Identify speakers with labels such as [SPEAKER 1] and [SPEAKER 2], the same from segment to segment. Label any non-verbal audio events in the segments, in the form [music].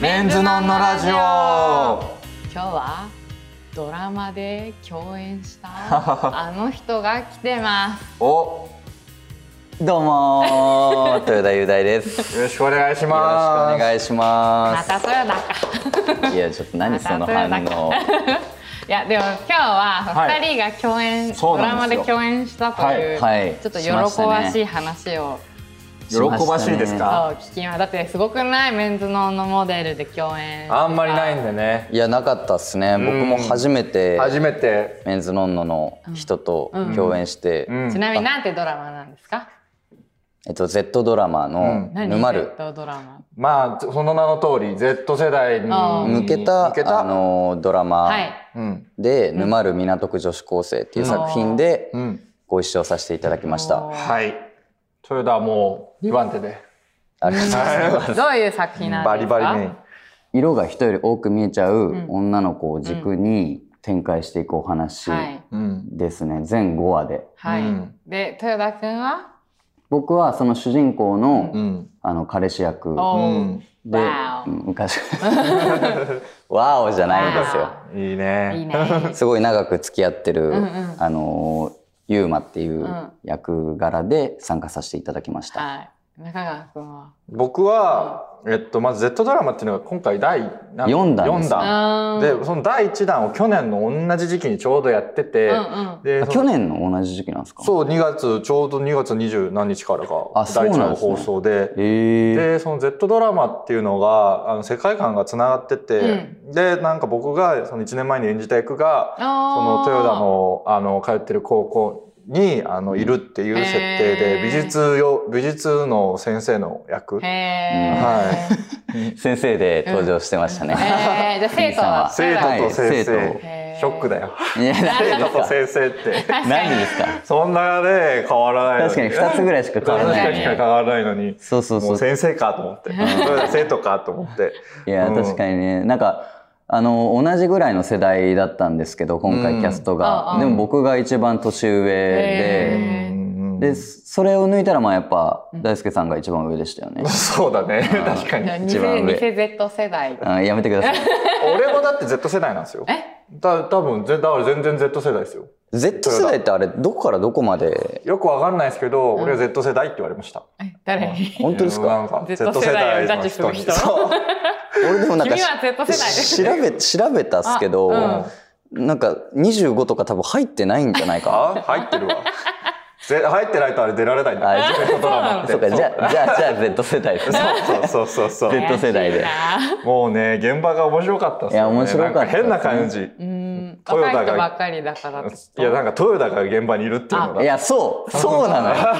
[SPEAKER 1] メンズノンノラジオ
[SPEAKER 2] 今日はドラマで共演
[SPEAKER 1] [laughs]
[SPEAKER 2] したあの人が来てます
[SPEAKER 1] お
[SPEAKER 3] どう
[SPEAKER 1] [laughs]
[SPEAKER 3] もー豊田雄大ですよろしく
[SPEAKER 1] よろしくお願いし
[SPEAKER 3] お
[SPEAKER 1] ます
[SPEAKER 3] 願いしま
[SPEAKER 2] また豊田か
[SPEAKER 3] すいやちょっと何その反
[SPEAKER 2] また
[SPEAKER 3] 応
[SPEAKER 2] [laughs] いやでも今日は
[SPEAKER 1] はい
[SPEAKER 2] 2人が共演、
[SPEAKER 1] そう
[SPEAKER 2] ド
[SPEAKER 1] な
[SPEAKER 2] ラ
[SPEAKER 1] ん
[SPEAKER 2] マ
[SPEAKER 1] です
[SPEAKER 2] で
[SPEAKER 1] よ
[SPEAKER 2] 共演したという、
[SPEAKER 3] はいはい
[SPEAKER 2] ちょっと
[SPEAKER 3] しました
[SPEAKER 2] 喜
[SPEAKER 3] ね
[SPEAKER 2] ばしい話を
[SPEAKER 1] 喜ばしいです
[SPEAKER 2] そう
[SPEAKER 1] か
[SPEAKER 2] 聞きまだってすごくないメンズノンノモデルで共演
[SPEAKER 1] あんまりないんでね
[SPEAKER 3] いやなかったっすね僕も初めて
[SPEAKER 1] 初めて
[SPEAKER 3] メンズノンノの人と共演して、
[SPEAKER 1] うん
[SPEAKER 2] ちなみになんてドラマなんですか
[SPEAKER 3] えっと Z ドラマの
[SPEAKER 2] 何
[SPEAKER 3] 沼
[SPEAKER 2] ネ
[SPEAKER 3] る
[SPEAKER 2] ットドラマ
[SPEAKER 1] まあその名の通り Z 世代に
[SPEAKER 2] あー
[SPEAKER 3] 抜けた
[SPEAKER 1] 向けた
[SPEAKER 3] あのドラマ
[SPEAKER 2] はい
[SPEAKER 1] うん
[SPEAKER 3] で「沼る港区女子高生」っていう作品で
[SPEAKER 1] うん
[SPEAKER 3] ご一緒させていただきまし
[SPEAKER 2] お
[SPEAKER 3] た
[SPEAKER 2] ー
[SPEAKER 1] はい豊田はもう2番手で
[SPEAKER 3] ありがとうございます
[SPEAKER 2] どういう作品なんですか
[SPEAKER 3] 色が人より多く見えちゃう女の子を軸に展開していくお話
[SPEAKER 2] はい
[SPEAKER 1] うん
[SPEAKER 3] ですね全5話で
[SPEAKER 2] はい、
[SPEAKER 1] うん
[SPEAKER 2] で豊田君は
[SPEAKER 3] 僕はその主人公の,、
[SPEAKER 1] うん
[SPEAKER 3] あの彼氏役
[SPEAKER 2] お
[SPEAKER 1] う
[SPEAKER 2] ー
[SPEAKER 1] ん
[SPEAKER 3] で
[SPEAKER 2] わお
[SPEAKER 3] うん昔わおじゃないんですよ
[SPEAKER 2] わ
[SPEAKER 1] いい
[SPEAKER 2] おいい
[SPEAKER 1] ね
[SPEAKER 2] ね
[SPEAKER 3] すごい長く付き合ってる、
[SPEAKER 2] んうん
[SPEAKER 3] あのユーマっていううん役柄で参加させていただきました、
[SPEAKER 2] はい中川君は
[SPEAKER 1] 僕はえっとまず Z ドラマっていうのが今回第
[SPEAKER 3] 四弾です
[SPEAKER 1] 四弾
[SPEAKER 2] あー
[SPEAKER 1] でその第1弾を去年の同じ時期にちょうどやってて
[SPEAKER 2] うんうん
[SPEAKER 1] で
[SPEAKER 3] あ
[SPEAKER 1] その
[SPEAKER 3] 去年の同じ時期なんですかう
[SPEAKER 1] そう2月ちょうど2月20何日からが
[SPEAKER 3] あそう
[SPEAKER 1] 第一
[SPEAKER 3] なん
[SPEAKER 1] 弾の
[SPEAKER 3] ですね
[SPEAKER 1] 放送で。
[SPEAKER 3] えー、
[SPEAKER 1] でその Z ドラマっていうのがあの世界観がつながってて、でなんか僕がその1年前に演じた役が
[SPEAKER 2] そ
[SPEAKER 1] その豊田のあの通ってる高校にあのいるっていう設定で
[SPEAKER 2] へー
[SPEAKER 1] 美術よ美術の先生の役
[SPEAKER 2] へ
[SPEAKER 1] は
[SPEAKER 2] え、
[SPEAKER 3] 先生で登場してましたね、
[SPEAKER 2] へーじゃあ生徒は
[SPEAKER 1] 生
[SPEAKER 2] 豊田
[SPEAKER 1] 徒
[SPEAKER 2] 君
[SPEAKER 1] と先生、
[SPEAKER 3] はい生徒
[SPEAKER 2] へー
[SPEAKER 1] ショックだよ
[SPEAKER 3] いや
[SPEAKER 1] 生
[SPEAKER 3] 何で
[SPEAKER 1] 徒
[SPEAKER 3] すか
[SPEAKER 1] と先生って
[SPEAKER 2] [laughs]
[SPEAKER 3] 何ですか
[SPEAKER 1] そんなね変わらないの
[SPEAKER 3] 確かに2つぐらいしか変わらない、
[SPEAKER 1] 確かに変わらないのに
[SPEAKER 3] そうそう
[SPEAKER 1] も
[SPEAKER 3] そうう
[SPEAKER 1] 先生かと思って豊田生徒かと思って
[SPEAKER 3] いや、
[SPEAKER 1] うん
[SPEAKER 3] 確かにねなんかあの同じぐらいの世代だったんですけど今
[SPEAKER 1] う
[SPEAKER 3] 回
[SPEAKER 1] ん
[SPEAKER 3] キャストが、
[SPEAKER 2] ああ
[SPEAKER 3] でも僕が一番年上
[SPEAKER 1] う
[SPEAKER 3] で、
[SPEAKER 2] へ
[SPEAKER 1] ん
[SPEAKER 3] でそれを抜いたらまあやっぱ大輔さんが一番上でしたよね、
[SPEAKER 1] そうだね確かに
[SPEAKER 2] 偽
[SPEAKER 3] 一番上
[SPEAKER 2] 偽 Z 世代
[SPEAKER 3] あやめてくだ
[SPEAKER 2] [laughs]
[SPEAKER 3] さい
[SPEAKER 1] 俺もだって Z 世代なんですよ
[SPEAKER 2] え
[SPEAKER 1] だ多分ぜだから全然 Z 世代ですよ
[SPEAKER 3] Z 世代ってあれどこからどこまで
[SPEAKER 1] よくわかんないですけど、俺は Z 世代って言われました
[SPEAKER 2] え誰に
[SPEAKER 3] 本当ですか
[SPEAKER 1] なんか
[SPEAKER 2] Z 世代をジャッジする人
[SPEAKER 1] そう
[SPEAKER 3] 俺でもなんか
[SPEAKER 2] 君は Z 世代
[SPEAKER 3] し調べ調べたっすけど、なんか25とか多分入ってないんじゃないか
[SPEAKER 1] あ入ってるわぜ入ってないとあれ出られないんだ
[SPEAKER 3] あ
[SPEAKER 1] Z ドラマっ
[SPEAKER 3] な
[SPEAKER 1] て
[SPEAKER 3] そうかじゃあじゃあじゃあ Z 世代ですね
[SPEAKER 1] そうそうそうそう
[SPEAKER 3] Z 世代で
[SPEAKER 1] もうね現場が面白かったっすよ、ね、
[SPEAKER 3] いや面白かった
[SPEAKER 1] なん変な感じ、
[SPEAKER 2] うん
[SPEAKER 1] 豊
[SPEAKER 2] 若
[SPEAKER 1] 田が
[SPEAKER 2] い人ばっかりだからってこと
[SPEAKER 1] いやなんか豊田が現場にいるっていうのが
[SPEAKER 3] いやそうそうな
[SPEAKER 1] [laughs]
[SPEAKER 3] の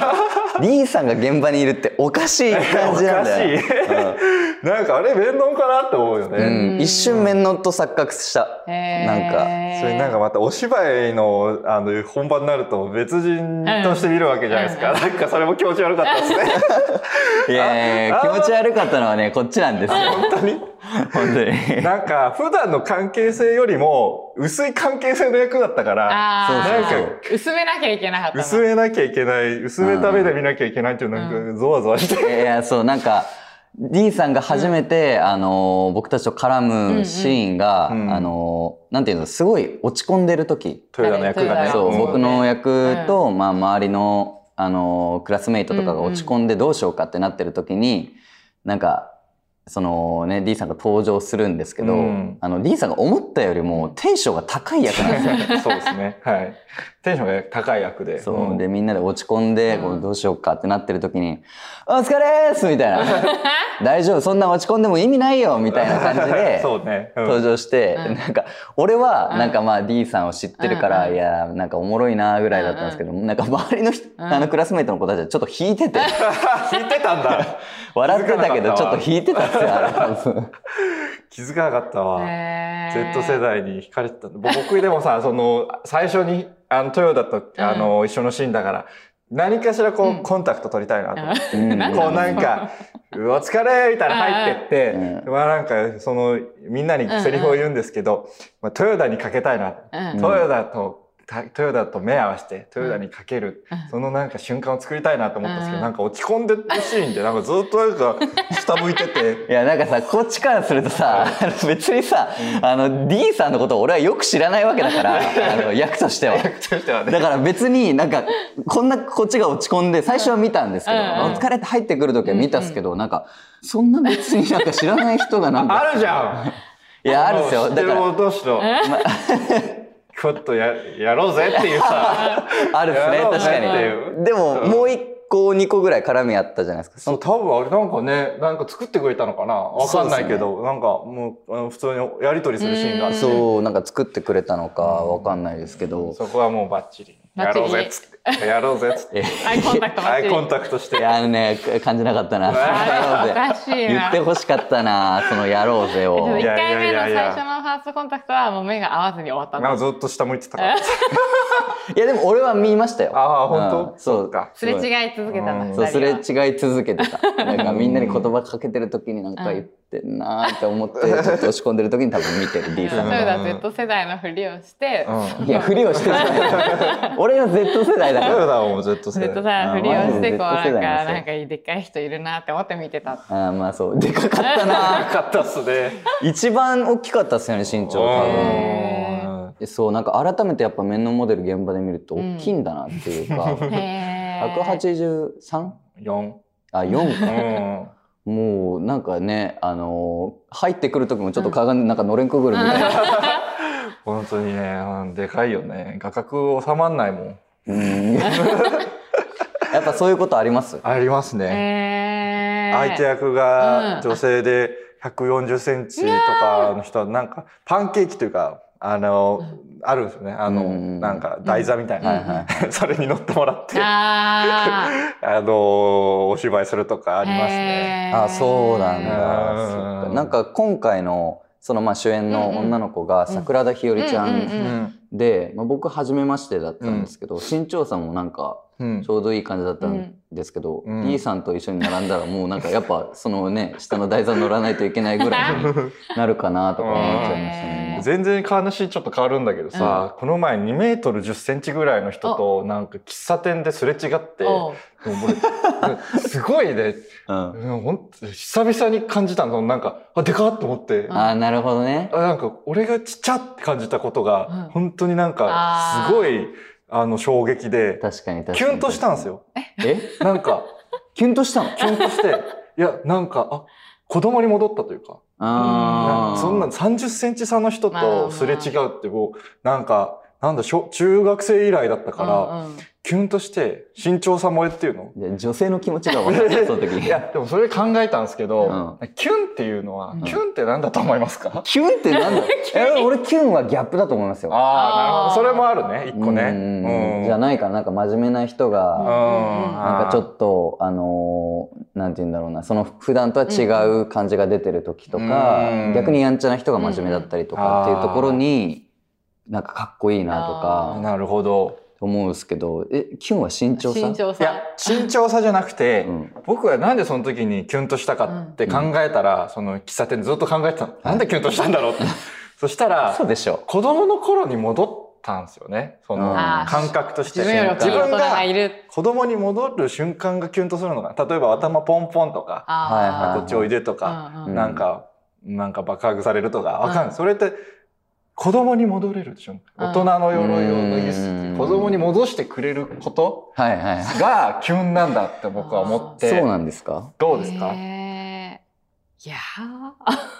[SPEAKER 3] よリンさんが現場にいるっておかしい感じなんだよ
[SPEAKER 1] おかしいなんかあれ弁論かなって思うよね、
[SPEAKER 3] うん、一瞬面のと錯覚した、
[SPEAKER 2] へー
[SPEAKER 3] なんか
[SPEAKER 1] それなんかまたお芝居のあの本番になると別人として見るわけじゃないですか、なんかそれも気持ち悪かったです [laughs] ね
[SPEAKER 3] いやいや
[SPEAKER 1] あ
[SPEAKER 3] 気持ち悪かったのはねこっちなんですよ
[SPEAKER 1] [laughs] 本当に
[SPEAKER 3] 本当に
[SPEAKER 1] なんか普段の関係性よりも薄い関係性の役だったから
[SPEAKER 2] あー
[SPEAKER 1] そうそう
[SPEAKER 2] 薄めなきゃいけなかったの
[SPEAKER 1] 薄めなきゃいけない薄めた目で見なきゃいけないっていうなんかゾワゾワして、
[SPEAKER 3] いやそうなんか D さんが初めて、あのー僕たちと絡むシーンが、
[SPEAKER 1] うん
[SPEAKER 3] あのーなんていうのすごい落ち込んでる時、
[SPEAKER 1] 豊田の役がね
[SPEAKER 2] ん
[SPEAKER 3] そう
[SPEAKER 2] うん
[SPEAKER 3] 僕の役と、まあ、周りの、あのークラスメイトとかが落ち込んでどうしようかってなってる時に、なんかそのね D さんが登場するんですけど、
[SPEAKER 1] うん
[SPEAKER 3] あの D さんが思ったよりもテンションが高い役なん
[SPEAKER 1] [laughs]
[SPEAKER 3] ですよ。
[SPEAKER 1] そうですねはいテンションが高い役で
[SPEAKER 3] そう、
[SPEAKER 1] ん
[SPEAKER 3] でみんなで落ち込んで、
[SPEAKER 2] うん
[SPEAKER 3] こうどうしようかってなってる時に「お疲れーす!」みたい [laughs] な「大丈夫そんな落ち込んでも意味ないよ」みたいな感じで
[SPEAKER 1] [laughs] そうね、うん
[SPEAKER 3] 登場して、
[SPEAKER 2] うん
[SPEAKER 3] なんか俺は
[SPEAKER 2] うん
[SPEAKER 3] なんかまあ D さんを知ってるから、
[SPEAKER 2] うんうん
[SPEAKER 3] いやーなんかおもろいなーぐらいだったんですけど、なんか周りの人、あのクラスメイトの子たちはちょっと引いてて
[SPEAKER 1] 聞いてたんだ
[SPEAKER 3] 笑ってたけどちょっと引いてたっすよあれ多分
[SPEAKER 1] 気づかなかったわ、
[SPEAKER 2] へー
[SPEAKER 1] Z 世代に惹かれてたぼ僕でもさその最初にあの豊田とあの、一緒のシーンだから何かしらこう、コンタクト取りたいなと思って。
[SPEAKER 3] うん
[SPEAKER 1] こうなんか「うお疲れ!」みたいな入ってって、まあなんかそのみんなにセリフを言うんですけど、まあ、豊田にかけたいな、
[SPEAKER 2] うん
[SPEAKER 1] 豊田とた豊田と目合わせて豊田にかける、
[SPEAKER 2] うん
[SPEAKER 1] そのなんか瞬間を作りたいなと思ったんですけど、
[SPEAKER 2] うん
[SPEAKER 1] なんか落ち込んでるシーンでなんかずっとなんか下向い
[SPEAKER 3] [laughs]
[SPEAKER 1] てて
[SPEAKER 3] いやなんかさこっちからするとさ別にさ、あの D さんのことを俺はよく知らないわけだからあの役としては。
[SPEAKER 1] としてはね
[SPEAKER 3] だから別になんかこんなこっちが落ち込んで最初は見たんですけど「
[SPEAKER 2] うんうん
[SPEAKER 3] お疲れ」って入ってくる時は見たっすけど、なんかそんな別になんか知らない人がなんか
[SPEAKER 1] あるじゃん
[SPEAKER 3] いやあるっすよ
[SPEAKER 1] 知って
[SPEAKER 3] だか
[SPEAKER 1] る
[SPEAKER 3] ら
[SPEAKER 1] 同士の、 [laughs] ちょっとややろうぜっていう
[SPEAKER 3] [laughs]
[SPEAKER 1] さ
[SPEAKER 3] あるっすね
[SPEAKER 1] やろうね
[SPEAKER 3] 確か
[SPEAKER 1] っていう
[SPEAKER 3] にでももう一個二個ぐらい絡みあったじゃないですかそ
[SPEAKER 1] その
[SPEAKER 3] の
[SPEAKER 1] 多分あれなんかねなんか作ってくれたのかなわかんないけど、なんかもうあの普通にやり取りするシーンがあって
[SPEAKER 3] そうなんか作ってくれたのかわかんないですけど
[SPEAKER 1] そこはもうバッチリ
[SPEAKER 2] バッ
[SPEAKER 1] や
[SPEAKER 2] チリ
[SPEAKER 1] ろうぜっつってやろうぜっつって
[SPEAKER 3] え
[SPEAKER 2] アイコンタクトば
[SPEAKER 1] ア
[SPEAKER 2] っち
[SPEAKER 1] イ
[SPEAKER 2] り
[SPEAKER 1] コンタクトして
[SPEAKER 3] いやあのね感じなかったな
[SPEAKER 2] あれお
[SPEAKER 3] やろう
[SPEAKER 2] か
[SPEAKER 3] ぜ
[SPEAKER 2] しい
[SPEAKER 3] 言
[SPEAKER 2] な
[SPEAKER 3] ってほしかったなその「やろうぜ」を
[SPEAKER 2] でも
[SPEAKER 1] い
[SPEAKER 2] 一
[SPEAKER 1] や
[SPEAKER 2] 回目の
[SPEAKER 1] いや
[SPEAKER 2] 最
[SPEAKER 1] いやいや
[SPEAKER 2] 初のファーストコンタクトはもう目が合わずに終わったん
[SPEAKER 1] な
[SPEAKER 2] だ
[SPEAKER 1] んかずっと下向いてたから
[SPEAKER 3] いやでも俺は見ましたよ
[SPEAKER 1] ああ本当、
[SPEAKER 3] うん
[SPEAKER 1] そ
[SPEAKER 3] そうう
[SPEAKER 1] か
[SPEAKER 2] すれ違い続けたんだ
[SPEAKER 1] うん
[SPEAKER 2] 二人
[SPEAKER 3] そう
[SPEAKER 2] は
[SPEAKER 3] すれ違い続けてたなんかみんなに言葉かけてる時になんか言ってんなーって思ってちょっと押し込んでる時に多分見てる D
[SPEAKER 2] そ
[SPEAKER 3] さん
[SPEAKER 2] う
[SPEAKER 3] が。
[SPEAKER 2] だ Z 世代のふりをして、
[SPEAKER 1] うん
[SPEAKER 3] いやふりをしてるじゃ
[SPEAKER 2] [laughs]
[SPEAKER 3] ない俺は Z 世代だ
[SPEAKER 1] 豊
[SPEAKER 3] か
[SPEAKER 1] 田はもう Z 世
[SPEAKER 2] Z 世
[SPEAKER 1] 代
[SPEAKER 2] 代のふりをして
[SPEAKER 3] うん
[SPEAKER 2] こうな
[SPEAKER 3] マ
[SPEAKER 2] んか
[SPEAKER 3] ジで Z 世代なんですよ
[SPEAKER 2] なんかでっかい人いるなって思って見てた
[SPEAKER 3] らあーまあそうでかかったな
[SPEAKER 2] [laughs]
[SPEAKER 1] なかったっすね
[SPEAKER 3] 一番大きかったっすよね身長多分
[SPEAKER 2] へ
[SPEAKER 3] でそうなんか改めてやっぱ面のモデル現場で見ると大きいんだなって
[SPEAKER 2] [laughs]
[SPEAKER 3] いうか、
[SPEAKER 2] へー
[SPEAKER 3] 183?
[SPEAKER 1] 4
[SPEAKER 3] あ4
[SPEAKER 1] う
[SPEAKER 3] か
[SPEAKER 1] ん
[SPEAKER 3] もうなんかねあのー入ってくる時もちょっとかがんで、なんかのれんくぐるみたいな
[SPEAKER 1] 本当にねうんでかいよね画角収まんないもん
[SPEAKER 3] うん [laughs] やっぱそういうことあります。
[SPEAKER 1] ありますね、
[SPEAKER 2] へー
[SPEAKER 1] 相手役
[SPEAKER 2] う
[SPEAKER 1] が
[SPEAKER 2] ん
[SPEAKER 1] 女性で140センチとかの人はなんかパンケーキというかあのあるんですよねあの
[SPEAKER 3] うん
[SPEAKER 1] なんか台座みたい
[SPEAKER 3] はいは
[SPEAKER 1] な [laughs] それに乗ってもらってあ
[SPEAKER 2] あ
[SPEAKER 1] のお芝居するとか
[SPEAKER 2] あ
[SPEAKER 1] ありますね。
[SPEAKER 3] あ、そうなん
[SPEAKER 1] う
[SPEAKER 3] だ。
[SPEAKER 1] ん
[SPEAKER 3] そっかなんか今回のそのまあ主演の女の子が桜田ひよりちゃ
[SPEAKER 2] うんうん
[SPEAKER 3] ん
[SPEAKER 1] う
[SPEAKER 2] へー
[SPEAKER 1] ん
[SPEAKER 3] で、まあ僕初めましてだったんですけど、身長差もなんか
[SPEAKER 1] うん
[SPEAKER 3] ちょうどいい感じだったんですけど、
[SPEAKER 1] うん
[SPEAKER 3] D さんと一緒に並んだらもうなんかやっぱそのね [laughs] 下の台座乗らないといけないぐらい
[SPEAKER 1] [laughs]
[SPEAKER 3] になるかなとか思っちゃいましたね。今
[SPEAKER 1] 全然話ちょっと変わるんだけどさ、この前2メートル10センチぐらいの人となんか喫茶店ですれ違って、
[SPEAKER 2] おう
[SPEAKER 1] でも俺
[SPEAKER 2] [laughs]
[SPEAKER 1] すごいね、
[SPEAKER 3] うん
[SPEAKER 1] うんほん久々に感じたの、なんか、あ、でかっと思って、あ、
[SPEAKER 3] あー、なるほどね。
[SPEAKER 1] なんか俺がちっちゃって感じたこと
[SPEAKER 2] うん
[SPEAKER 1] が、本当になんか
[SPEAKER 2] あー
[SPEAKER 1] すごい、あの、衝撃で、
[SPEAKER 3] 確かに確かに。
[SPEAKER 1] キュンとしたんですよ。
[SPEAKER 3] え？
[SPEAKER 1] なんか、 [laughs]
[SPEAKER 3] キュンとしたの？
[SPEAKER 1] キュンとして、いや、なんか、あ、子供に戻ったというか、
[SPEAKER 3] あー
[SPEAKER 1] そんな30センチ差の人
[SPEAKER 2] まあま
[SPEAKER 1] と
[SPEAKER 2] あ
[SPEAKER 1] すれ違うってもうなんかなんだ小中学生以来だったから、
[SPEAKER 2] うんうん
[SPEAKER 1] キュンとして身長差萌えっていうの
[SPEAKER 3] いや女性の気持ちが分か
[SPEAKER 1] [laughs]
[SPEAKER 3] るその時に
[SPEAKER 1] いやでもそれ考えたんですけど、キュンっていうのは、
[SPEAKER 3] ん
[SPEAKER 1] キュンってなんだと思いますか、
[SPEAKER 3] キュンって
[SPEAKER 1] [laughs]
[SPEAKER 3] なんだえ俺キュンはギャップだと思いますよ。
[SPEAKER 2] あ
[SPEAKER 1] あ
[SPEAKER 2] ー
[SPEAKER 1] あなるほどそれもあるね一個ね
[SPEAKER 3] うん
[SPEAKER 1] うん
[SPEAKER 3] じゃないからなんか真面目な人
[SPEAKER 1] うん
[SPEAKER 3] が、
[SPEAKER 2] ん
[SPEAKER 3] なんかちょっとあのーなんて言うんだろうなその普段とは違う感じが出てる時とか、
[SPEAKER 1] うん
[SPEAKER 3] 逆にやんちゃな人が真面目だったりとかっていうところに、なんかかっこいいなと
[SPEAKER 1] あー
[SPEAKER 3] か
[SPEAKER 1] なるほど
[SPEAKER 3] 思うんですけどえキュンは身長差
[SPEAKER 2] 身長
[SPEAKER 1] い
[SPEAKER 2] 差
[SPEAKER 1] や身長差じゃなくて、
[SPEAKER 3] うん
[SPEAKER 1] 僕はなんでその時にキュンとしたかって考えたら、その喫茶店でずっと考えてたの、なんでキュンとしたんだろうってそしたら
[SPEAKER 3] そうでしょ
[SPEAKER 1] 子供の頃に戻ったんですよね。その
[SPEAKER 3] あ
[SPEAKER 2] ー
[SPEAKER 1] 感覚として。
[SPEAKER 2] 自分より大きい大人がいる
[SPEAKER 1] 子供に戻る瞬間がキュンとするのが、例えば頭ポンポンとか、
[SPEAKER 3] はい
[SPEAKER 1] こ
[SPEAKER 3] はい
[SPEAKER 1] っちおいでとか、
[SPEAKER 2] うん
[SPEAKER 3] うん
[SPEAKER 1] なんか、なんか爆破されるとか、わかん
[SPEAKER 2] う
[SPEAKER 1] なんい。それって、子供に戻れる瞬
[SPEAKER 2] うん
[SPEAKER 1] 間。大人の鎧を脱ぎ
[SPEAKER 3] う
[SPEAKER 1] 捨
[SPEAKER 3] ん
[SPEAKER 1] て、子供に戻してくれること
[SPEAKER 3] はいはいはい
[SPEAKER 1] がキュンなんだって僕は思って。
[SPEAKER 3] そうなんですか
[SPEAKER 1] どうですか
[SPEAKER 2] へーいや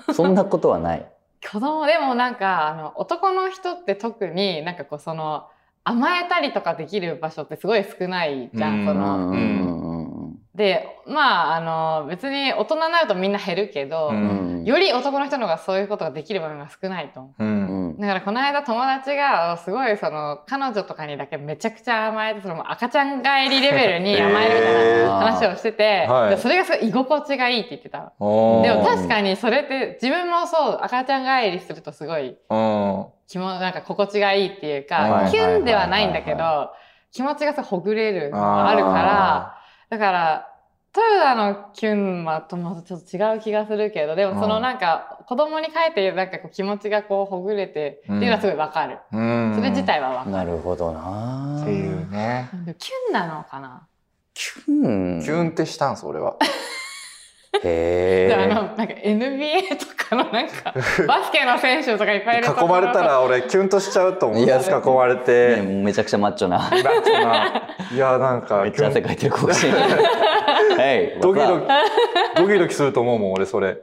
[SPEAKER 2] ー
[SPEAKER 3] そんなことはない
[SPEAKER 2] 子供でもなんかあの男の人って特になんかこうその甘えたりとかできる場所ってすごい少ないじゃん。
[SPEAKER 1] うん
[SPEAKER 2] そ
[SPEAKER 3] うん
[SPEAKER 2] の
[SPEAKER 3] うんうん
[SPEAKER 2] でまああの別に大人になるとみんな減るけど、
[SPEAKER 1] うん
[SPEAKER 3] うん
[SPEAKER 2] より男の人の方がそういうことができる場面が少ないと思う。
[SPEAKER 1] う。
[SPEAKER 3] うんん
[SPEAKER 2] だからこの間友達がすごいその彼女とかにだけめちゃくちゃ甘えてそのもう赤ちゃん返りレベルに甘えるみたいな
[SPEAKER 1] えー
[SPEAKER 2] 話をしてて、
[SPEAKER 1] はい
[SPEAKER 2] でそれがすごい居心地がいいって言ってたの。
[SPEAKER 1] おー
[SPEAKER 2] でも確かにそれって自分もそう赤ちゃん返りするとすごい
[SPEAKER 1] うん。
[SPEAKER 2] 気もなんか心地がいいっていう
[SPEAKER 1] はいはいはい
[SPEAKER 2] か
[SPEAKER 1] はい
[SPEAKER 2] キュンではないんだけど気持ちがさほぐれるのがあるからだからトヨタのキュンはとまたちょっと違う気がするけど、でもそのなんか、子供に書いて、なんかこう気持ちがこうほぐれて、っていうのはすごいわかる。
[SPEAKER 1] うん
[SPEAKER 2] それ自体はわかる。
[SPEAKER 3] なるほどな
[SPEAKER 1] っていうね
[SPEAKER 2] でもキュンなのかな、
[SPEAKER 3] キュン
[SPEAKER 1] キュンってしたんです俺は
[SPEAKER 3] へ
[SPEAKER 2] であ
[SPEAKER 3] [laughs] え
[SPEAKER 2] のなんか NBA とかのなん
[SPEAKER 1] [laughs]
[SPEAKER 2] かバスケの選手とかいっぱいいるとこ
[SPEAKER 1] 囲
[SPEAKER 2] ろ
[SPEAKER 1] まれたら俺キュンとしちゃうと思う
[SPEAKER 3] いや
[SPEAKER 1] 囲まれ
[SPEAKER 3] ね
[SPEAKER 1] て、
[SPEAKER 3] めちゃくちゃマッチョな
[SPEAKER 1] なんていうのかないやなんか
[SPEAKER 3] めっちゃ汗かいてる甲子園 [laughs] はい
[SPEAKER 1] ドキドキ
[SPEAKER 3] また
[SPEAKER 1] ドキドキすると思うもん俺それ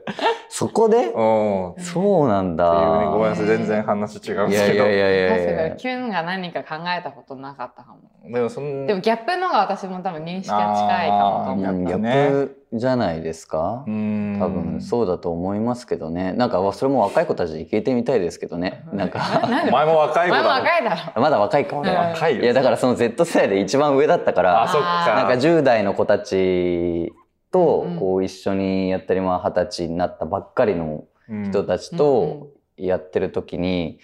[SPEAKER 3] そこで
[SPEAKER 1] うんっていうね
[SPEAKER 3] そうなんだ
[SPEAKER 1] ごめんなさい全然話違うんですけど
[SPEAKER 3] いやいやいやい
[SPEAKER 2] 確
[SPEAKER 3] やい
[SPEAKER 2] か
[SPEAKER 3] や
[SPEAKER 2] にキュンが何か考えたことなかったかも、
[SPEAKER 1] でもそん
[SPEAKER 2] でもギャップの方が私も多分認識が近いかもと
[SPEAKER 3] う
[SPEAKER 2] 思
[SPEAKER 1] あ
[SPEAKER 2] う
[SPEAKER 1] ー
[SPEAKER 3] んギャ
[SPEAKER 1] ね
[SPEAKER 3] ップじゃないですか
[SPEAKER 1] うん
[SPEAKER 3] 多分そうだと思いますけどねなんかわそれも若い子たちに聞いてみたいですけどねなんか [laughs]
[SPEAKER 1] お前も若い
[SPEAKER 2] お
[SPEAKER 1] 子
[SPEAKER 2] 前も
[SPEAKER 1] だ
[SPEAKER 2] 若いだ
[SPEAKER 3] まだ若いかもね
[SPEAKER 2] うん
[SPEAKER 1] 若いよ
[SPEAKER 3] いやだからその Z 世代で一番上だったか
[SPEAKER 1] あ
[SPEAKER 3] ら
[SPEAKER 1] そっか
[SPEAKER 3] なんか10代の子たちと
[SPEAKER 2] うん
[SPEAKER 3] こう一緒にやったりまあ二十歳になったばっかりの
[SPEAKER 1] うん
[SPEAKER 3] 人たちとやってる時に、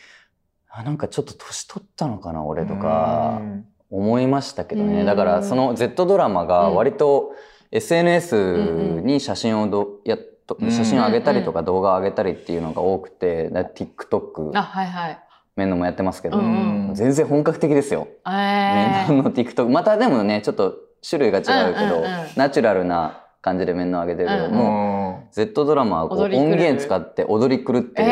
[SPEAKER 3] あなんかちょっと年取ったのかな俺とか
[SPEAKER 1] うん
[SPEAKER 3] 思いましたけど
[SPEAKER 2] う
[SPEAKER 3] ね
[SPEAKER 2] ん
[SPEAKER 3] だからその Z ドラマが割と SNS
[SPEAKER 2] うん
[SPEAKER 3] に写真をどやっと
[SPEAKER 1] うん
[SPEAKER 3] 写真を上げたりとか動画を上げたりっていうのが多くてだから
[SPEAKER 2] ろあ
[SPEAKER 3] TikTok
[SPEAKER 2] はいはい
[SPEAKER 3] 面のもやってますけど、
[SPEAKER 2] うん
[SPEAKER 1] うん
[SPEAKER 3] 全然本格的ですよ。
[SPEAKER 2] え
[SPEAKER 3] 面談の TikTok またでもねちょっと種類が違うけど、
[SPEAKER 2] うんうんうん
[SPEAKER 3] ナチュラルな感じで面談上げてるけど
[SPEAKER 2] うん
[SPEAKER 3] も、
[SPEAKER 1] も
[SPEAKER 3] Z ドラマはこう
[SPEAKER 2] 踊り狂う
[SPEAKER 3] 音源使って踊り狂って
[SPEAKER 2] ー、
[SPEAKER 3] る、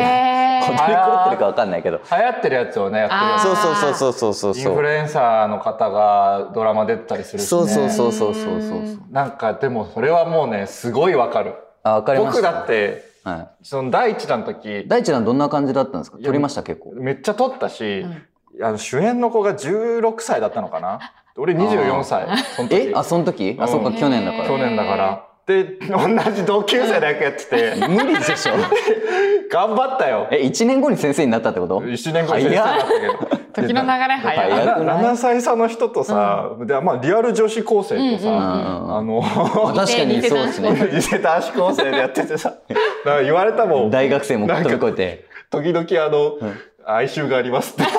[SPEAKER 3] [laughs]
[SPEAKER 2] え
[SPEAKER 3] 踊り
[SPEAKER 2] ー、
[SPEAKER 3] 狂ってるかわかんないけど
[SPEAKER 1] う流行ってるやつをねやってるよね
[SPEAKER 2] あー
[SPEAKER 3] そうそうそうそうそうそう
[SPEAKER 1] イン
[SPEAKER 3] そ
[SPEAKER 1] フ
[SPEAKER 3] う
[SPEAKER 1] ルエンサーの方がドラマ出てたりするし、ね、
[SPEAKER 3] そうそうそうそうそうそううん
[SPEAKER 1] なんかでもそれはもうねすごいわかる
[SPEAKER 3] あわかりまし
[SPEAKER 1] 僕
[SPEAKER 3] た
[SPEAKER 1] だって
[SPEAKER 3] は
[SPEAKER 1] その第一弾の時
[SPEAKER 3] い、大地さんどんな感じだったんですか撮りました結構
[SPEAKER 1] めっちゃ撮ったし、
[SPEAKER 2] うん
[SPEAKER 1] あの主演の子が16歳だったのかな俺24歳その時
[SPEAKER 3] えあその時あそっか
[SPEAKER 1] うん
[SPEAKER 3] 去年だ
[SPEAKER 2] へ
[SPEAKER 3] か
[SPEAKER 1] 去年だからで同じ同級生だけやってて
[SPEAKER 3] ら無理で [laughs] しょ
[SPEAKER 1] 頑張ったよ
[SPEAKER 3] え一年後に先生になったってこと
[SPEAKER 1] 1年後に先生になったけど
[SPEAKER 2] 時の流れ早い
[SPEAKER 3] 早い
[SPEAKER 1] な7歳差の人とさ、でまあ、リアル女子高生とさ、
[SPEAKER 2] うんう
[SPEAKER 3] う
[SPEAKER 2] ん
[SPEAKER 3] ん
[SPEAKER 1] あの
[SPEAKER 3] あ [laughs] 確かにそうですね
[SPEAKER 1] 伊勢男子高生でやっててさなんか言われたもん
[SPEAKER 3] 大学生も飛び越えて
[SPEAKER 1] 時々あの、
[SPEAKER 3] ん
[SPEAKER 1] 哀愁がありますって [laughs]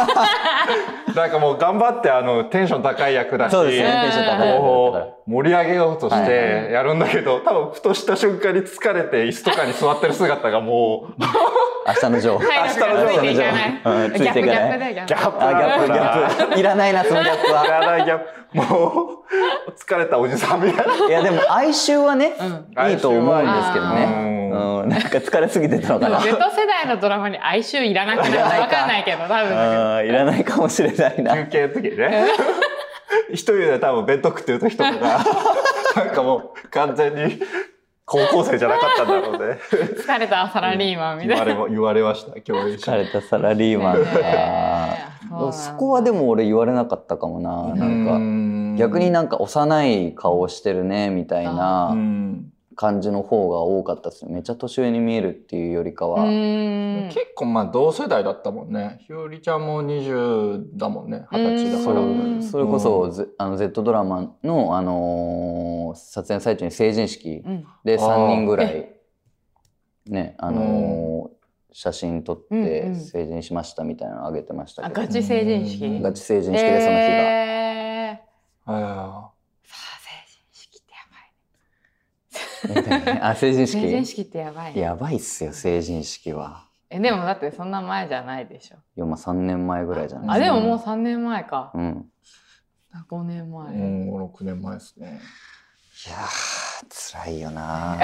[SPEAKER 1] なんかもう頑張ってあのテンション高い役だし
[SPEAKER 3] そうですねテンション高い
[SPEAKER 1] こ
[SPEAKER 3] から
[SPEAKER 1] う盛り上げようとし
[SPEAKER 3] はい
[SPEAKER 1] てやるんだけど、多分ふとした瞬間に疲れて椅子とかに座ってる姿がも
[SPEAKER 3] [laughs]
[SPEAKER 1] う
[SPEAKER 3] 明日のジョー
[SPEAKER 2] 体力がついていかない
[SPEAKER 3] うんついていかない
[SPEAKER 2] ギャップギャップだよギ
[SPEAKER 1] ギ
[SPEAKER 2] ャッ
[SPEAKER 1] ャップ
[SPEAKER 3] あギャップギ
[SPEAKER 1] だな
[SPEAKER 3] ャップいらないなそのギャップ
[SPEAKER 1] い [laughs]
[SPEAKER 3] は
[SPEAKER 1] らないギャップもう疲れたおじさんみたいない
[SPEAKER 3] やでも哀愁はね、
[SPEAKER 1] うん
[SPEAKER 3] いいと思うんですけど
[SPEAKER 2] 哀
[SPEAKER 3] ね
[SPEAKER 1] 愁、は
[SPEAKER 3] うん、なんか疲れすぎてたの
[SPEAKER 2] プ
[SPEAKER 3] か
[SPEAKER 2] で
[SPEAKER 3] な
[SPEAKER 2] も Z 世代のドラマに哀愁いらなくない
[SPEAKER 3] いらないか
[SPEAKER 2] わかんないけど多分だけど
[SPEAKER 3] うんいらないかもしれないな
[SPEAKER 1] 休憩の時にね一人で多分弁当食ってる時とかが
[SPEAKER 3] [laughs]
[SPEAKER 1] なんかもう完全に高校生じゃなかったんだろうね
[SPEAKER 2] 疲れたサラリーマンみ
[SPEAKER 1] 言
[SPEAKER 2] た
[SPEAKER 1] わ
[SPEAKER 3] [laughs]
[SPEAKER 2] いな。
[SPEAKER 1] れも言われました共演者
[SPEAKER 3] 疲れたサラリーマ
[SPEAKER 2] [laughs]
[SPEAKER 3] ンかそこはでも俺言われなかったかもななんか
[SPEAKER 1] ん
[SPEAKER 3] 逆になんか幼い顔をしてるねみたい
[SPEAKER 1] うん
[SPEAKER 3] な感じの方が多かったですねめっちゃ年上に見えるっていうよりか
[SPEAKER 2] う
[SPEAKER 3] は
[SPEAKER 2] ーん
[SPEAKER 1] 結構まあ同世代だったもんねひよりちゃんも20だもんね二十歳だ
[SPEAKER 3] そ
[SPEAKER 1] から
[SPEAKER 2] うん
[SPEAKER 3] うそれこそ、Z- あの Z ドラマの、あのー撮影の最中に成人式
[SPEAKER 2] うん
[SPEAKER 3] で
[SPEAKER 1] あー
[SPEAKER 3] 3人ぐらいねあのー写真撮っ
[SPEAKER 2] うんう
[SPEAKER 3] て
[SPEAKER 2] ん
[SPEAKER 3] 成人しましたみたいなのあげてました
[SPEAKER 2] あ
[SPEAKER 3] けど、
[SPEAKER 2] ガチ成人式。
[SPEAKER 1] うん
[SPEAKER 3] ガチ成人式でその日が。
[SPEAKER 2] え
[SPEAKER 1] あ
[SPEAKER 2] ーさあ成人式ってやばい。
[SPEAKER 3] [laughs] あ成人式
[SPEAKER 2] 成人式ってやばいね。
[SPEAKER 3] やばいっすよ成人式は
[SPEAKER 2] えでもだってそんな前じゃないでしょ。
[SPEAKER 3] いやまあ3年前ぐらいじゃな
[SPEAKER 2] あ
[SPEAKER 3] い
[SPEAKER 2] でももう三年前か。
[SPEAKER 3] う、うん、
[SPEAKER 2] 五年
[SPEAKER 1] ー
[SPEAKER 2] 前。
[SPEAKER 1] うん56年前ですね
[SPEAKER 3] いやー辛いよな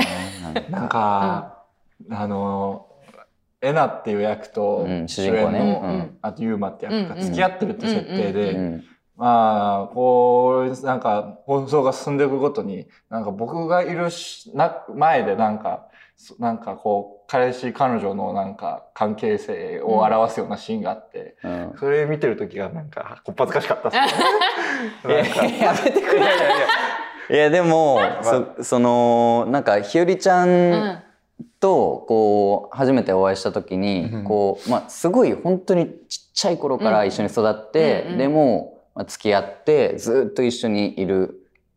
[SPEAKER 1] な
[SPEAKER 3] なんんか
[SPEAKER 1] か、あのえなっていう役と
[SPEAKER 3] うん主人
[SPEAKER 1] 主
[SPEAKER 3] 公
[SPEAKER 1] 演
[SPEAKER 3] ね
[SPEAKER 1] の、
[SPEAKER 3] うん
[SPEAKER 1] あとユーマって役
[SPEAKER 2] うんう
[SPEAKER 1] が
[SPEAKER 2] ん
[SPEAKER 1] 付き合ってるって設定
[SPEAKER 2] う
[SPEAKER 1] で、
[SPEAKER 3] うん
[SPEAKER 1] まあこうなんか放送が進んでいくごとになんか僕がいるしな前でなんかそなんかこう彼氏彼女のなんか関係性を表すようなシーンがあって、
[SPEAKER 3] うん
[SPEAKER 1] それ見てる時がなんかこっぱずかしかっ
[SPEAKER 2] [laughs]
[SPEAKER 1] たっす、ね
[SPEAKER 3] い
[SPEAKER 1] なんか
[SPEAKER 3] ややめてくれ
[SPEAKER 1] いやいや
[SPEAKER 3] いやでもそそのなんかひよりちゃ
[SPEAKER 2] うんん。
[SPEAKER 3] とこう初めてお会いした時に、
[SPEAKER 1] うん
[SPEAKER 3] こうまあすごい本当にちっちゃい頃から一緒に育って、
[SPEAKER 2] うんうん
[SPEAKER 3] でも、まあ、付き合ってずっと一緒にいる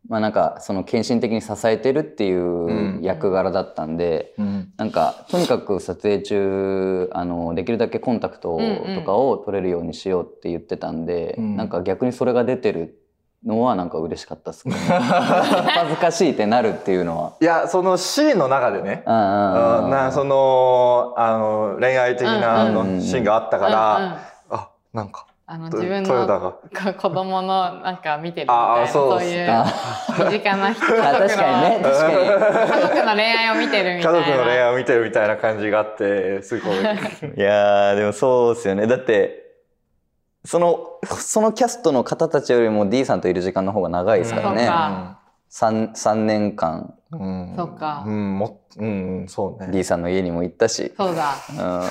[SPEAKER 3] まあなんかその献身的に支えてるっていう役柄だったんで。
[SPEAKER 1] うん
[SPEAKER 3] なんかとにかく撮影中あのできるだけコンタクトとかを取れるようにしようって言ってたんで、
[SPEAKER 1] うん
[SPEAKER 3] なんか逆にそれが出てるのはなんか嬉しかったっ [laughs] す、ね、恥ずかしいってなるっていうのは。
[SPEAKER 1] いやそのシーンの中でね、
[SPEAKER 3] うんうんうんうん
[SPEAKER 1] うんなそのあの恋愛的なあ
[SPEAKER 3] うんうんう
[SPEAKER 1] の
[SPEAKER 3] ん
[SPEAKER 1] シーンがあったから、
[SPEAKER 2] うんうん
[SPEAKER 1] あなんか
[SPEAKER 2] あの
[SPEAKER 1] ト
[SPEAKER 2] 自分
[SPEAKER 1] トヨ
[SPEAKER 2] の
[SPEAKER 1] タが
[SPEAKER 2] こ子供のなんか見てるみたい
[SPEAKER 1] あ
[SPEAKER 2] な
[SPEAKER 1] あそう
[SPEAKER 2] そう
[SPEAKER 1] です
[SPEAKER 2] いう
[SPEAKER 3] あ
[SPEAKER 2] 身近な人
[SPEAKER 3] あ確かにね確か
[SPEAKER 2] 家族の恋愛を見てる
[SPEAKER 1] [laughs] 家
[SPEAKER 2] みたい
[SPEAKER 1] 族
[SPEAKER 2] な
[SPEAKER 1] の恋愛を見てるみたいな感じがあってすごい
[SPEAKER 3] に。いやーでもそうですよねだってそのそのキャストの方たちよりも D さんといる時間の方が長いですから
[SPEAKER 2] そ
[SPEAKER 3] ね
[SPEAKER 2] うか
[SPEAKER 3] 3, 三年間
[SPEAKER 1] うん
[SPEAKER 2] そっか
[SPEAKER 1] うんもっうんうんそうね
[SPEAKER 3] D さんの家にも行ったし、
[SPEAKER 2] そうだ
[SPEAKER 3] うん、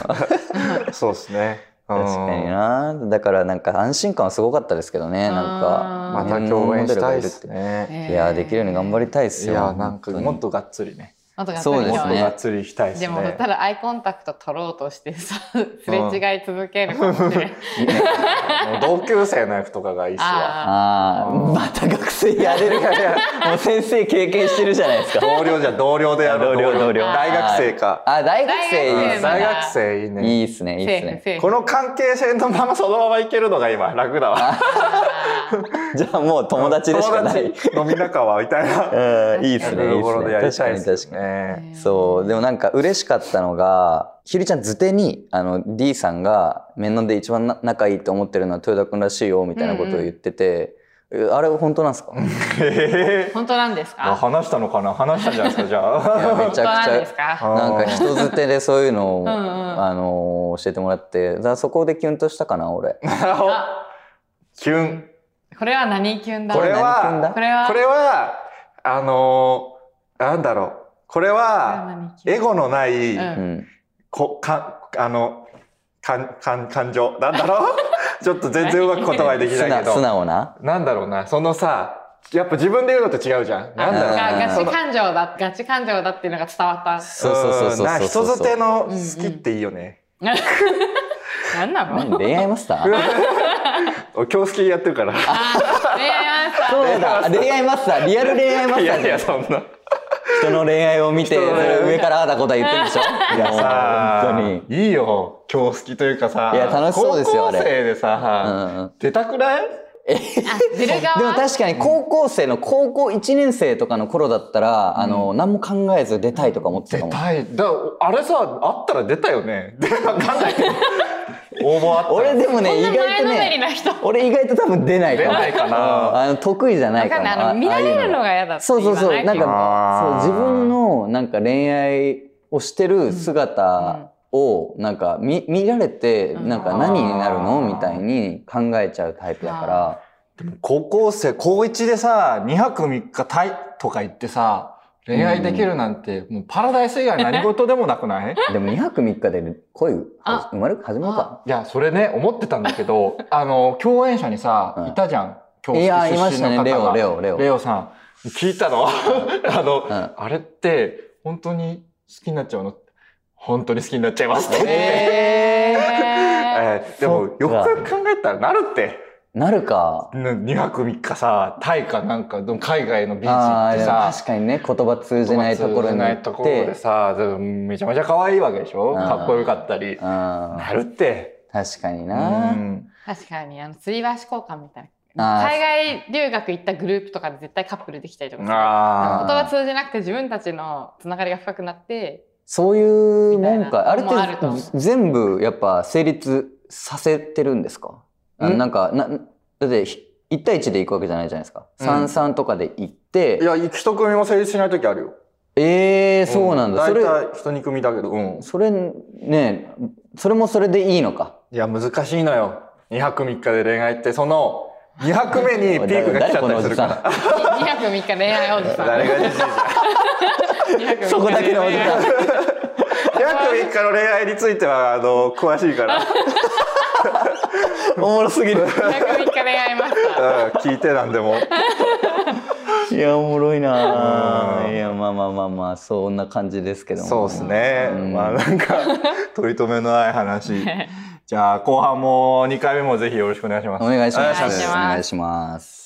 [SPEAKER 3] 確
[SPEAKER 1] そうですねう
[SPEAKER 3] か
[SPEAKER 1] ん
[SPEAKER 3] になだからなんか安心感はすごかったですけどねなんか
[SPEAKER 1] また共演したいですね
[SPEAKER 3] いやーできるように頑張りたいです
[SPEAKER 1] い
[SPEAKER 3] よ
[SPEAKER 1] やなんかもっ
[SPEAKER 3] と
[SPEAKER 1] とがっつりね
[SPEAKER 2] あとがっつ
[SPEAKER 3] そう
[SPEAKER 2] り
[SPEAKER 3] で
[SPEAKER 1] もっ
[SPEAKER 3] す
[SPEAKER 1] と
[SPEAKER 3] ね
[SPEAKER 1] がっつりしたいです
[SPEAKER 2] でもそし
[SPEAKER 1] ね
[SPEAKER 2] たらアイコンタクト取ろうとしてさすれ違い続けるかもしれない
[SPEAKER 1] もう同級生の役とかがいいっすわ
[SPEAKER 2] あ
[SPEAKER 3] ああまた学生やれる
[SPEAKER 1] [laughs]
[SPEAKER 3] からもう先生経験してるじゃないですか
[SPEAKER 1] 同僚じゃ同僚でやろ
[SPEAKER 3] 同
[SPEAKER 1] う
[SPEAKER 3] 僚同僚
[SPEAKER 1] 大学生か
[SPEAKER 3] あ大学生いいで
[SPEAKER 2] 生
[SPEAKER 3] す
[SPEAKER 1] 大
[SPEAKER 3] ね
[SPEAKER 1] 学生いいね
[SPEAKER 3] いいですねい
[SPEAKER 2] ー
[SPEAKER 3] いで
[SPEAKER 2] セー
[SPEAKER 3] す
[SPEAKER 2] フ
[SPEAKER 3] ね
[SPEAKER 2] セーフ
[SPEAKER 1] この関係性のままそのままいけるのが今楽だわ
[SPEAKER 3] じゃあもう友達でしかない。
[SPEAKER 1] 友達飲み仲はみたいな
[SPEAKER 3] うん、いいっ
[SPEAKER 1] や [laughs]
[SPEAKER 3] す
[SPEAKER 1] る
[SPEAKER 3] ね、いいっ
[SPEAKER 1] 頃でやり
[SPEAKER 3] す
[SPEAKER 1] たい
[SPEAKER 3] ね。
[SPEAKER 1] で
[SPEAKER 3] 確
[SPEAKER 1] す
[SPEAKER 3] か
[SPEAKER 1] よ
[SPEAKER 3] に確か
[SPEAKER 1] ね
[SPEAKER 3] に。そう、でもなんか嬉しかったのが、ひりちゃん図手に、あの、D さんが、面談で一番な仲いいと思ってるのは豊田くんらしいよ、みたいなことを言ってて、えあれ本当なんですかい
[SPEAKER 1] へー
[SPEAKER 2] 本当なんです
[SPEAKER 1] あ
[SPEAKER 2] か
[SPEAKER 1] 話したのかな話したんじゃないですかじゃ
[SPEAKER 3] や
[SPEAKER 1] あ
[SPEAKER 3] め
[SPEAKER 2] 本
[SPEAKER 3] ち
[SPEAKER 2] 当
[SPEAKER 3] ゃく
[SPEAKER 2] なんで
[SPEAKER 3] ち
[SPEAKER 2] すか
[SPEAKER 1] ゃ
[SPEAKER 3] ゃ、なんか人づてでそういうのを、
[SPEAKER 2] んうん
[SPEAKER 3] あのー、教えてもらって、だからそこでキュンとしたかな、俺。
[SPEAKER 2] あ
[SPEAKER 1] [laughs] キュン
[SPEAKER 2] これは何キュンだ
[SPEAKER 1] これは
[SPEAKER 3] 何キュンだ
[SPEAKER 2] これは
[SPEAKER 1] これはあのーなんだろうこれは
[SPEAKER 2] 何キュン
[SPEAKER 1] エゴのない、
[SPEAKER 2] うん
[SPEAKER 3] うん。
[SPEAKER 1] こかあのかんかん感情なんだろう [laughs] ちょっと全然うまく言葉はでき
[SPEAKER 3] 素
[SPEAKER 1] [laughs] ないけ
[SPEAKER 3] 直素
[SPEAKER 1] ど
[SPEAKER 3] 直な
[SPEAKER 1] なんだろうなそのさやっぱ自分で言うのと違うじゃん
[SPEAKER 2] あ
[SPEAKER 1] なんだろう
[SPEAKER 3] な
[SPEAKER 2] が
[SPEAKER 1] な
[SPEAKER 2] ガチ感情だガチ感情だっていうのが伝わった
[SPEAKER 3] そうそうそうそうそう。
[SPEAKER 1] んなんか人づての
[SPEAKER 2] うんうん
[SPEAKER 1] 好きっていいよね、
[SPEAKER 2] なんなの
[SPEAKER 3] 何恋愛マスター
[SPEAKER 1] 俺今日好きやってるから
[SPEAKER 2] あ恋愛マスター
[SPEAKER 3] そうだ恋愛マスターリアル恋愛マス
[SPEAKER 1] い
[SPEAKER 3] タ
[SPEAKER 1] や
[SPEAKER 3] ー
[SPEAKER 1] い
[SPEAKER 3] じゃ
[SPEAKER 1] や
[SPEAKER 3] ん
[SPEAKER 1] そんな
[SPEAKER 3] 人の恋愛を見て
[SPEAKER 1] 人の恋愛を見て
[SPEAKER 3] 上からああだこだ言ってるでしょい
[SPEAKER 1] いやさ
[SPEAKER 3] 本当に
[SPEAKER 1] いいよ今日好きというかさ
[SPEAKER 3] いや楽しそうですよ
[SPEAKER 1] 高
[SPEAKER 3] あ
[SPEAKER 1] 校
[SPEAKER 3] れ
[SPEAKER 1] 生で
[SPEAKER 3] う
[SPEAKER 1] さ、
[SPEAKER 3] んうん
[SPEAKER 1] 出たくない
[SPEAKER 2] あ出る側
[SPEAKER 3] でも確かに高校生の高校1年生とかの頃だったら、あの何も考えず出たいとか思って
[SPEAKER 1] 出
[SPEAKER 3] たもん
[SPEAKER 1] たいだあれさあったら出たよねでわかん [laughs] ないけど応募あった
[SPEAKER 3] 俺でも
[SPEAKER 2] こ
[SPEAKER 3] ね
[SPEAKER 2] ん
[SPEAKER 3] 意
[SPEAKER 2] な
[SPEAKER 3] 外
[SPEAKER 2] 前
[SPEAKER 3] と
[SPEAKER 2] のめり
[SPEAKER 3] ね
[SPEAKER 2] な人
[SPEAKER 3] 俺意外と多分出ないかも
[SPEAKER 1] 出ないかな
[SPEAKER 3] うんあの得意じゃない
[SPEAKER 2] わ
[SPEAKER 3] か
[SPEAKER 2] かん
[SPEAKER 3] も
[SPEAKER 2] ないあ
[SPEAKER 3] あ
[SPEAKER 2] の見られるの
[SPEAKER 3] ああいう
[SPEAKER 2] が嫌だって
[SPEAKER 3] そうそうそうなん
[SPEAKER 1] あ
[SPEAKER 3] か
[SPEAKER 1] ー
[SPEAKER 3] そう自分のなんか恋愛をしてる姿をなんか見見られて
[SPEAKER 2] うん
[SPEAKER 3] なんか何になるの
[SPEAKER 1] あー
[SPEAKER 3] みたいに考えちゃうタイプだから
[SPEAKER 1] 高校生高1でさ2泊3日タイとか行ってさ恋愛できるなんて、もうパラダイス以外何事でもなくない
[SPEAKER 3] でも2泊3日で恋
[SPEAKER 2] あ
[SPEAKER 3] は生まれる始まるか
[SPEAKER 1] いやそれね思ってたんだ
[SPEAKER 3] [laughs]
[SPEAKER 1] けどあの共演者にさ、
[SPEAKER 3] うん
[SPEAKER 1] いたじゃん教
[SPEAKER 3] い
[SPEAKER 1] 室
[SPEAKER 3] やいまし
[SPEAKER 1] 出
[SPEAKER 3] た
[SPEAKER 1] 身の
[SPEAKER 3] ねレ
[SPEAKER 1] 方
[SPEAKER 3] オ
[SPEAKER 1] が
[SPEAKER 3] レオレオ
[SPEAKER 1] レオさん聞いたの [laughs] あの、
[SPEAKER 3] うん
[SPEAKER 1] あれって本当に好きになっちゃうの本当に好きになっちゃいますって、
[SPEAKER 3] え
[SPEAKER 2] え
[SPEAKER 1] [laughs] えーでもよくよく考えたらなるって
[SPEAKER 3] ー、なるか
[SPEAKER 1] 2泊3日さタイかなんかでも海外のビーチ行
[SPEAKER 3] あー
[SPEAKER 1] って
[SPEAKER 3] でも
[SPEAKER 1] さ
[SPEAKER 3] 確かにね言葉通じないところに行
[SPEAKER 1] ないと
[SPEAKER 3] っ
[SPEAKER 1] ころ
[SPEAKER 3] て
[SPEAKER 1] でさでもめちゃめちゃ可愛いわけでしょ
[SPEAKER 3] うん
[SPEAKER 1] かっこよかったり
[SPEAKER 3] うん
[SPEAKER 1] なるって
[SPEAKER 3] 確かに
[SPEAKER 1] う
[SPEAKER 3] なん
[SPEAKER 2] 確かにあの吊り橋交換みたい
[SPEAKER 3] あ
[SPEAKER 2] な
[SPEAKER 3] ー
[SPEAKER 2] 海外留学行ったグループとかで絶対カップルできたりとかさ言
[SPEAKER 1] あ
[SPEAKER 3] ー
[SPEAKER 2] 葉通じなくて自分たちのつながりが深くなって
[SPEAKER 3] そういうもん
[SPEAKER 2] みたい
[SPEAKER 3] か
[SPEAKER 2] な
[SPEAKER 3] あれ
[SPEAKER 2] もうあると
[SPEAKER 3] ってず全部やっぱ成立させてるんですかあ
[SPEAKER 1] ん
[SPEAKER 3] なんかなだってひ1対1で行くわけじゃないじゃないですか
[SPEAKER 1] うん
[SPEAKER 3] 三三とかで行って、
[SPEAKER 1] ーいや一組も成立しない時あるよ
[SPEAKER 3] えー、そうなんだ、
[SPEAKER 1] 大
[SPEAKER 3] それ
[SPEAKER 1] 体一二組だけどうん
[SPEAKER 3] それねそれもそれでいいのか
[SPEAKER 1] いや難しいのよ2泊3日で恋愛ってその2泊目
[SPEAKER 3] [laughs]
[SPEAKER 1] にピークが来ちゃったりするから
[SPEAKER 2] 2泊3日恋愛おじさん
[SPEAKER 1] [laughs] 誰がじじいじゃん
[SPEAKER 2] 2泊3日
[SPEAKER 1] [laughs]
[SPEAKER 3] そこだけのお時間
[SPEAKER 1] 2泊3日の恋愛についてはあの詳しいからう
[SPEAKER 3] おもろすぎる
[SPEAKER 2] 2泊3日恋愛マスター
[SPEAKER 1] ん聞いてなんでも
[SPEAKER 3] [laughs] いやおもろいな
[SPEAKER 1] う
[SPEAKER 3] あ
[SPEAKER 1] ん
[SPEAKER 3] いやまあまあまあまあそんな感じですけども
[SPEAKER 1] そうですね、
[SPEAKER 3] うん
[SPEAKER 1] まあな
[SPEAKER 3] [laughs]
[SPEAKER 1] んか取り留めのない話じゃあ後半も2回目もぜひよろしくお願いします
[SPEAKER 3] お願いします
[SPEAKER 2] お願いします
[SPEAKER 3] お願いします